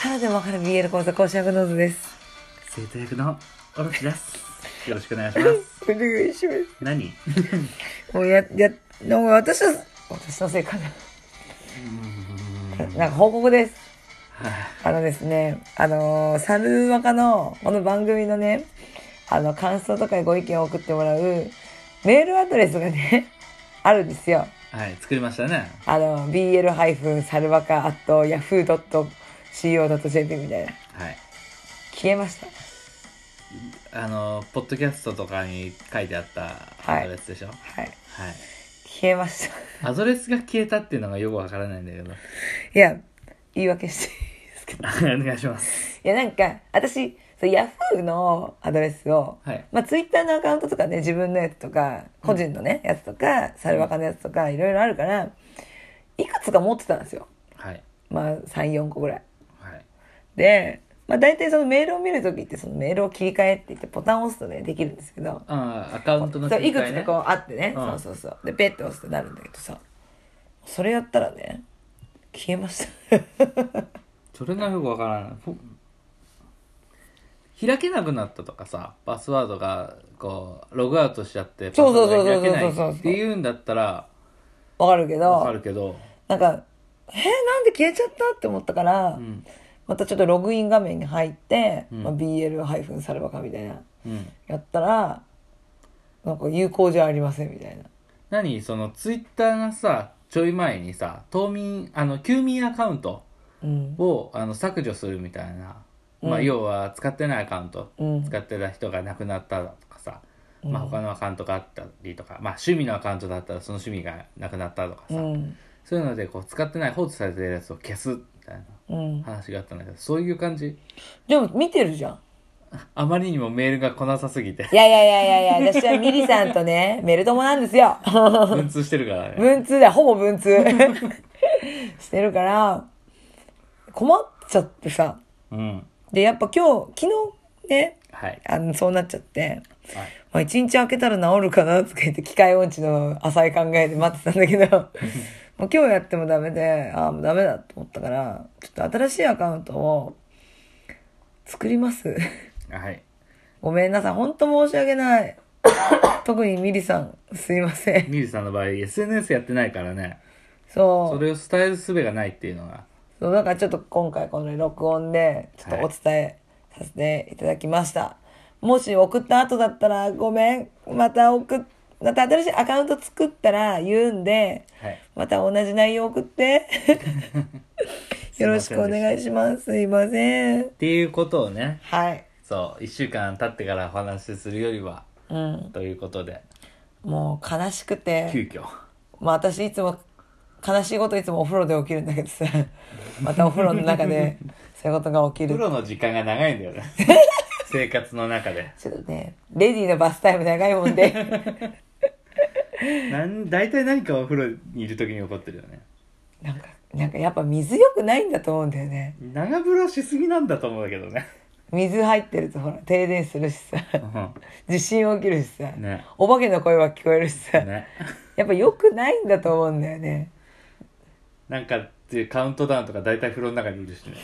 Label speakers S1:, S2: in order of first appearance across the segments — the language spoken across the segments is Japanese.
S1: からでもわかる BL 講座講師役のずです
S2: 生徒役のオロチです。よろしくお願いします。
S1: お願いしま
S2: 何？
S1: すもうややもう私の私のせいかななんか報告ですあのですねあのーサルマカのこの番組のねあの感想とかご意見を送ってもらうメールアドレスがね あるんですよ
S2: はい、作りましたね。
S1: あの BL- サルマカ at yahoo.co.jp みたいな
S2: はい。
S1: 消えました
S2: あのポッドキャストとかに書いてあった
S1: はい
S2: アドレスでしょ。はい。
S1: はい消えました
S2: アドレスが消えたっていうのがよくわからないんだけど。
S1: いや言い訳していいですけど
S2: はい お願いします。
S1: いやなんか私そうヤフーのアドレスを、
S2: はい
S1: まあ、ツイッターのアカウントとかね自分のやつとか個人のね、やつとかサルバカのやつとかいろいろあるからいくつか持ってたんですよ
S2: はい。
S1: まあ34個ぐらい
S2: はい。
S1: で、まあ、大体そのメールを見るときってそのメールを切り替えって言ってボタンを押すとねできるんですけど
S2: あー、アカウントの
S1: そうい
S2: 切り
S1: く
S2: 替え
S1: つ
S2: ね
S1: かこうあってね、
S2: うん
S1: そうそうそうでペッて押すとなるんだけどさそれやったらね消えました
S2: それがよくわからないほ開けなくなったとかさパスワードがこうログアウトしちゃってパスワ
S1: そう
S2: ー
S1: そうそう
S2: ド
S1: そう
S2: が
S1: そうそ
S2: 開
S1: う
S2: けないっていうんだったら
S1: わかるけど
S2: わかるけど
S1: なんか、えーなんで消えちゃったって思ったから、
S2: うん
S1: またちょっとログイン画面に入って、
S2: うん
S1: まあ、BL- サルバカみたいな、
S2: うん
S1: やったら、なんか有効じゃありませんみたいな。
S2: 何そのツイッターがさちょい前にさ冬眠あの休眠アカウント
S1: うん。
S2: をあの削除するみたいな、
S1: う
S2: まあ
S1: ん
S2: 要は使ってないアカウント、
S1: うん
S2: 使ってた人が亡くなったとかさ、
S1: うん
S2: まあ他のアカウントがあったりとか、まあ趣味のアカウントだったらその趣味がなくなったとかさ、
S1: うん。
S2: そういうのでこう使ってない放置されてるやつを消すみたいな
S1: うん。
S2: 話があったんだけどそういう感じ
S1: でも見てるじゃん。
S2: あまりにもメールが来なさ すぎて
S1: いやいやいやいやいや、私はミリさんと ね、メル友なんですよ。
S2: 文通してるからね
S1: 文通だよ、ほぼ文通。 してるから、困っちゃってさ。
S2: うん
S1: で、やっぱ今日、昨日ね、
S2: はい
S1: あの、そうなっちゃって、
S2: はい
S1: まあ、一日開けたら治るかなとか言って、機械音痴の浅い考えで待ってたんだけど、もう今日やってもダメで、ああ、もうダメだと思ったから、ちょっと新しいアカウントを作ります。
S2: はい
S1: ごめんなさい。ほんと申し訳ない。特にミリさん、すいません。
S2: ミルさんの場合 SNS やってないからね
S1: そう。
S2: それを伝える術がないっていうのが
S1: そう、だからちょっと今回この録音で、ちょっとお伝えさせていただきました。もし送った後だったら、ごめん、また送っ、また新しいアカウント作ったら言うんで、
S2: はい
S1: また同じ内容送っ て。よろしくお願いします。すいません。
S2: っていうことをね
S1: はい。
S2: そう1週間経ってからお話しするよりは
S1: うん。
S2: ということで
S1: もう悲しく
S2: 急
S1: て、
S2: 遽
S1: まあ私いつも、悲しいこといつもお風呂で起きるんだけど さ、またお風呂の中で、 そういうことが起きる
S2: プロの時間が長いんだよ ね生活の中で
S1: ちょっとね、レディーのバスタイム長いもんで、
S2: なん大体何かお風呂にいる時に起こってるよね
S1: なんか、なんかやっぱ水良くないんだと思うんだよね。
S2: 長風呂しすぎなんだと思うんだけどね
S1: 水入ってるとほら、停電するしさ、 地震起きるしさ、
S2: ね
S1: お化けの声は聞こえるしさ、
S2: ね
S1: やっぱ良くないんだと思うんだよね。
S2: なんかっていうカウントダウンとか大体風呂の中にいるしね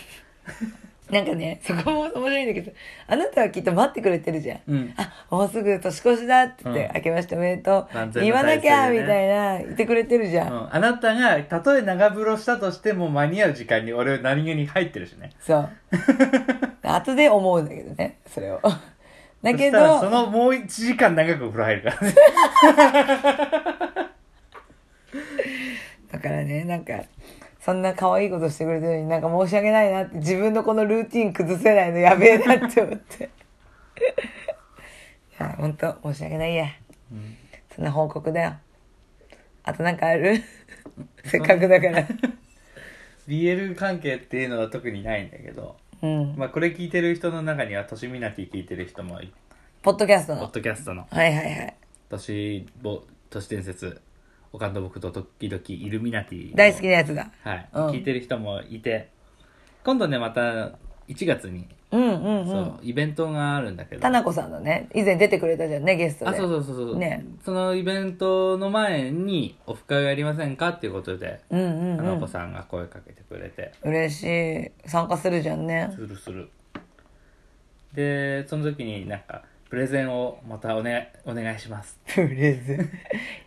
S1: なんかね、そこも面白いんだけど、あなたはきっと待ってくれてるじゃん。
S2: うん
S1: あ、もうすぐ年越しだって言って、
S2: うん
S1: 明けましておめでと
S2: 万
S1: う。
S2: 全
S1: 言
S2: な
S1: わな
S2: 体制
S1: きゃ、み
S2: でね
S1: たいな、言ってくれてるじゃ。
S2: うんんあなたがたとえ長風呂したとしても間に合う時間に俺何気に入ってるしね
S1: そう。後で思うんだけどね、それを。だ
S2: そ
S1: け
S2: したら
S1: ど、
S2: そのもう1時間長くお風呂入るか らね
S1: だからね、なんか、そんな可愛いことしてくれてるのになんか申し訳ないなって、自分のこのルーティン崩せないのやべえなって思って。 いや、ほんと、申し訳ないや。そんな報告だよ。あとなんかある せっかくだから。
S2: BL 関係っていうのは特にないんだけど、
S1: うん。
S2: まあ、これ聞いてる人の中には年見なき聞いてる人もい
S1: ポッドキャスト
S2: ポッ
S1: の。
S2: ドキャストの
S1: はいはいはい。
S2: 年ぼ都市伝説おかんと僕と時々イルミナティ
S1: 大好きなやつだ。
S2: はい、
S1: うん
S2: 聞いてる人もいて今度ねまた1月に、
S1: うんうんう
S2: そ
S1: ん。
S2: うイベントがあるんだけど
S1: 田中さんのね、以前出てくれたじゃんね、ゲストで。
S2: あそうそうそうそう、
S1: ね
S2: そのイベントの前にオフ会をやりませんかっていうことで、
S1: うんうん
S2: あ
S1: う
S2: のお子
S1: ん。
S2: さんが声かけてくれて
S1: 嬉しい。参加するじゃんね
S2: す。るするでその時になんかプレゼンをまたお,、ね、お願いします
S1: プレゼン。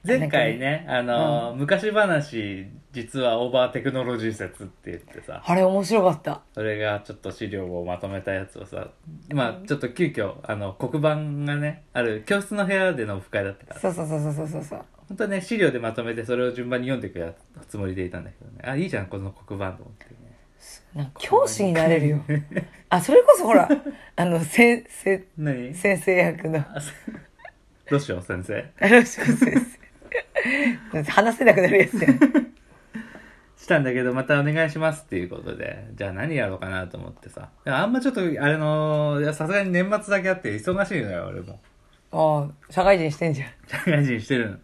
S2: 前回ねあの、昔話実はオーバーテクノロジー説って言ってさ
S1: あれ面白かった。
S2: それがちょっと資料をまとめたやつをさまあちょっと急遽あの黒板がねある教室の部屋でのオフ会だったから
S1: そうそうそうそうそうそう。
S2: 本当はね資料でまとめてそれを順番に読んでいくやつもりでいたんだけどねあいいじゃんこの黒板と思ってね
S1: なんか教師になれるよ。あ、それこそほら、 あの、せ、せ、
S2: 何
S1: 先生役の、
S2: あそう どうしよう先生
S1: あの先生。話せなくなるやつやん。
S2: したんだけどまたお願いしますっていうことでじゃあ何やろうかなと思ってさあんまちょっとあれのいやさすがに年末だけあって忙しいのよ俺も
S1: ああ、社会人してんじゃん。
S2: 社会人してるの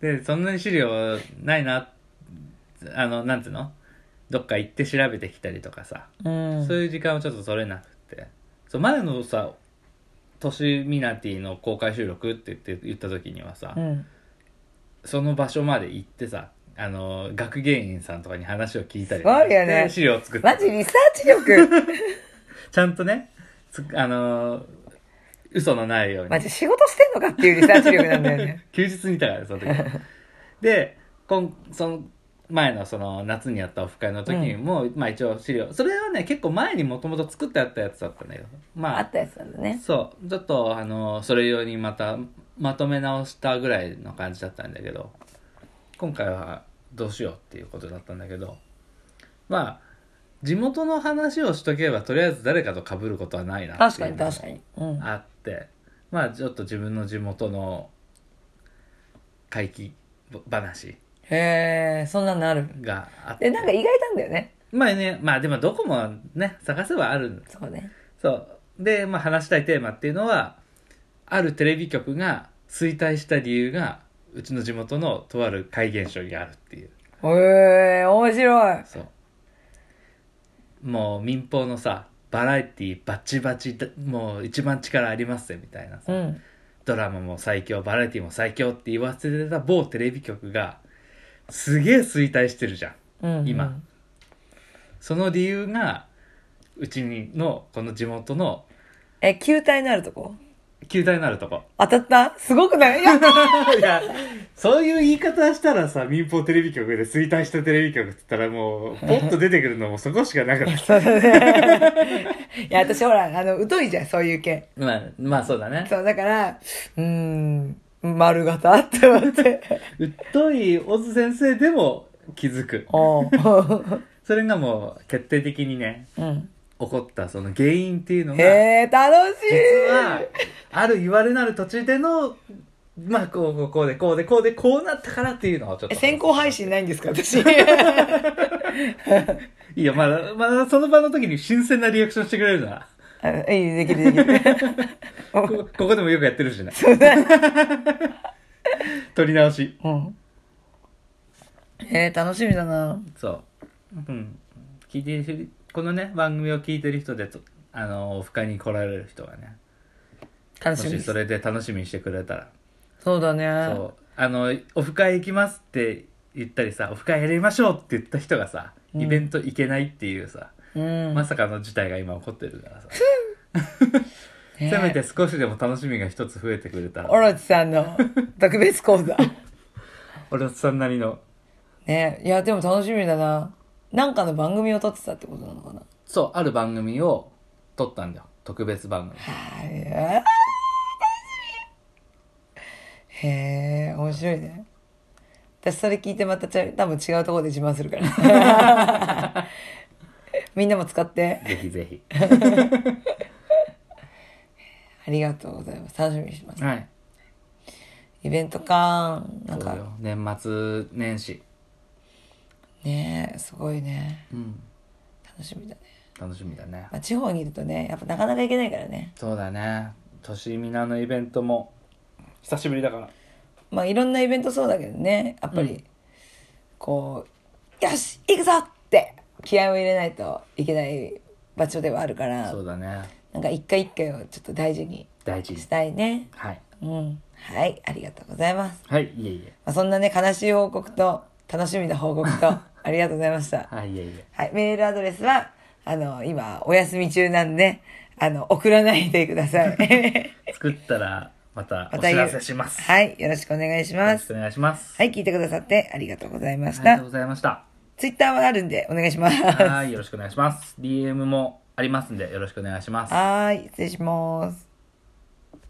S2: でそんなに資料ないなあのなんていうのどっか行って調べてきたりとかさ
S1: うん。
S2: そういう時間をちょっと取れなくて。そう、前のさ、年ミナティの公開収録って言って言った時にはさ、
S1: うん。
S2: その場所まで行ってさ、あの、学芸員さんとかに話を聞いたり
S1: すごいよね
S2: で資料を作って。
S1: マジリサーチ 力
S2: ちゃんとね、つあの、嘘のないように
S1: マ。ジ仕事してんのかっていうリサーチ力なんだよね。
S2: 休日にいたからねその時 で今その前のその夏にやったオフ会の時にも、まあ一応資料それはね結構前にもともと作ってあったやつだったんだけどま
S1: あ
S2: あ
S1: ったやつなんだね。
S2: そうちょっとあのそれ用にまたまとめ直したぐらいの感じだったんだけど今回はどうしようっていうことだったんだけどまあ地元の話をしとけばとりあえず誰かと被ることはないなっ
S1: 確
S2: て
S1: か
S2: いう
S1: に
S2: のが
S1: 確かに。うん。
S2: あってまあちょっと自分の地元の怪奇話
S1: へえ、そんなのある。
S2: があっ
S1: で、
S2: て
S1: なんか意外なんだよね。
S2: まあねまあでもどこもね探せばあるん
S1: そうね。
S2: そう。で、まあ、話したいテーマっていうのは、あるテレビ局が衰退した理由が、うちの地元のとある怪現象にあるっていう。
S1: へえ、面白い。
S2: そう。もう民放のさ、バラエティバチバチだ、もう一番力ありますよみたいなさ、
S1: うん。
S2: ドラマも最強、バラエティも最強って言わせてた某テレビ局が、すげえ衰退してるじゃん。
S1: うん、うん。
S2: 今その理由が、うちの、この地元の、
S1: え、球体のあるとこ
S2: 球体のあるとこ。
S1: 当たったすごく ないやった
S2: いや、そういう言い方したらさ、民放テレビ局で衰退したテレビ局って言ったらもう、ポッと出てくるのもそこしかなかった。
S1: そうだね。 いや、私ほら、あの、疎いじゃん、そういう系。
S2: まあ、まあそうだね。
S1: そう、だから、うーん、丸型って思って。
S2: うっとい小津先生でも気づく。
S1: お う。
S2: それがもう決定的にね、
S1: うん。
S2: 起こったその原因っていうのが、
S1: へえ、楽しい
S2: 実は、ある言われなる土地での、まあ、こう、こう、こうで、こうで、こうで、こうなったからっていうのをちょっと。
S1: え先行配信ないんですか私。
S2: いや、まだ、まだその場の時に新鮮なリアクションしてくれるな。
S1: あいい、できるできる。
S2: ここここでもよくやってるしね。撮り直し。
S1: うん。えー、楽しみだな。
S2: そう。うん。聞いてる人このね、番組を聞いてる人でと、あの、オフ会に来られる人がね、も
S1: 楽しみ
S2: し
S1: です
S2: そ。れで楽しみにしてくれたら、
S1: そうだね。
S2: そう。あの、オフ会行きますって言ったりさ、オフ会やりましょうって言った人がさ、イベント行けないっていうさ、
S1: うん。
S2: まさかの事態が今起こってるからさ、
S1: ね
S2: せめて少しでも楽しみが一つ増えてくれた
S1: オ
S2: ら、
S1: ロチさんの特別講座。
S2: 俺さんなりの、
S1: ねいや、でも楽しみだな。なんかの番組を撮ってたってことなのかな。
S2: そう、ある番組を撮ったんだよ。特別番組。
S1: はい。あー楽しみへえ、面白いね。私それ聞いてまたちゃ多分違うところで自慢するから。 みんなも使って。
S2: ぜひぜひ。
S1: ありがとうございます。楽しみにしてます。
S2: はい。
S1: イベントかなん
S2: そう
S1: か、
S2: よ。年末年始。
S1: ねえ、すごいね。
S2: うん。
S1: 楽しみだね。
S2: 楽しみだね。
S1: まあ、地方にいるとね、やっぱなかなか行けないからね。
S2: そうだね。年みなのイベントも、久しぶりだから。
S1: まあいろんなイベントそうだけどねやっぱり、こう「よし行くぞ!」って気合を入れないといけない場所ではあるから
S2: そうだね
S1: なんか一回一回をちょっと大事に
S2: 大事に
S1: したいね
S2: はい
S1: うんはいありがとうございます、
S2: はいいえいえ
S1: まあ、そんなね悲しい報告と楽しみな報 告とありがとうございました
S2: はいいえいえ
S1: はい、メールアドレスは、あの、今、お休み中なんで、あの、送らないでくださ い。
S2: 作ったらまたお
S1: ま
S2: 知
S1: た言う
S2: らせします。
S1: はい、よろしくお願いし
S2: よ
S1: ま
S2: ろし
S1: す。
S2: くお願いします。
S1: はい、聞いてくださってありがとうございま
S2: あ
S1: し
S2: りがと
S1: た
S2: う。ございました。
S1: ツイッターはあるんで、お願いします。は
S2: はい、よろしくお願いします。DM もありますんでよろしくお願いします。
S1: ーい、失礼します。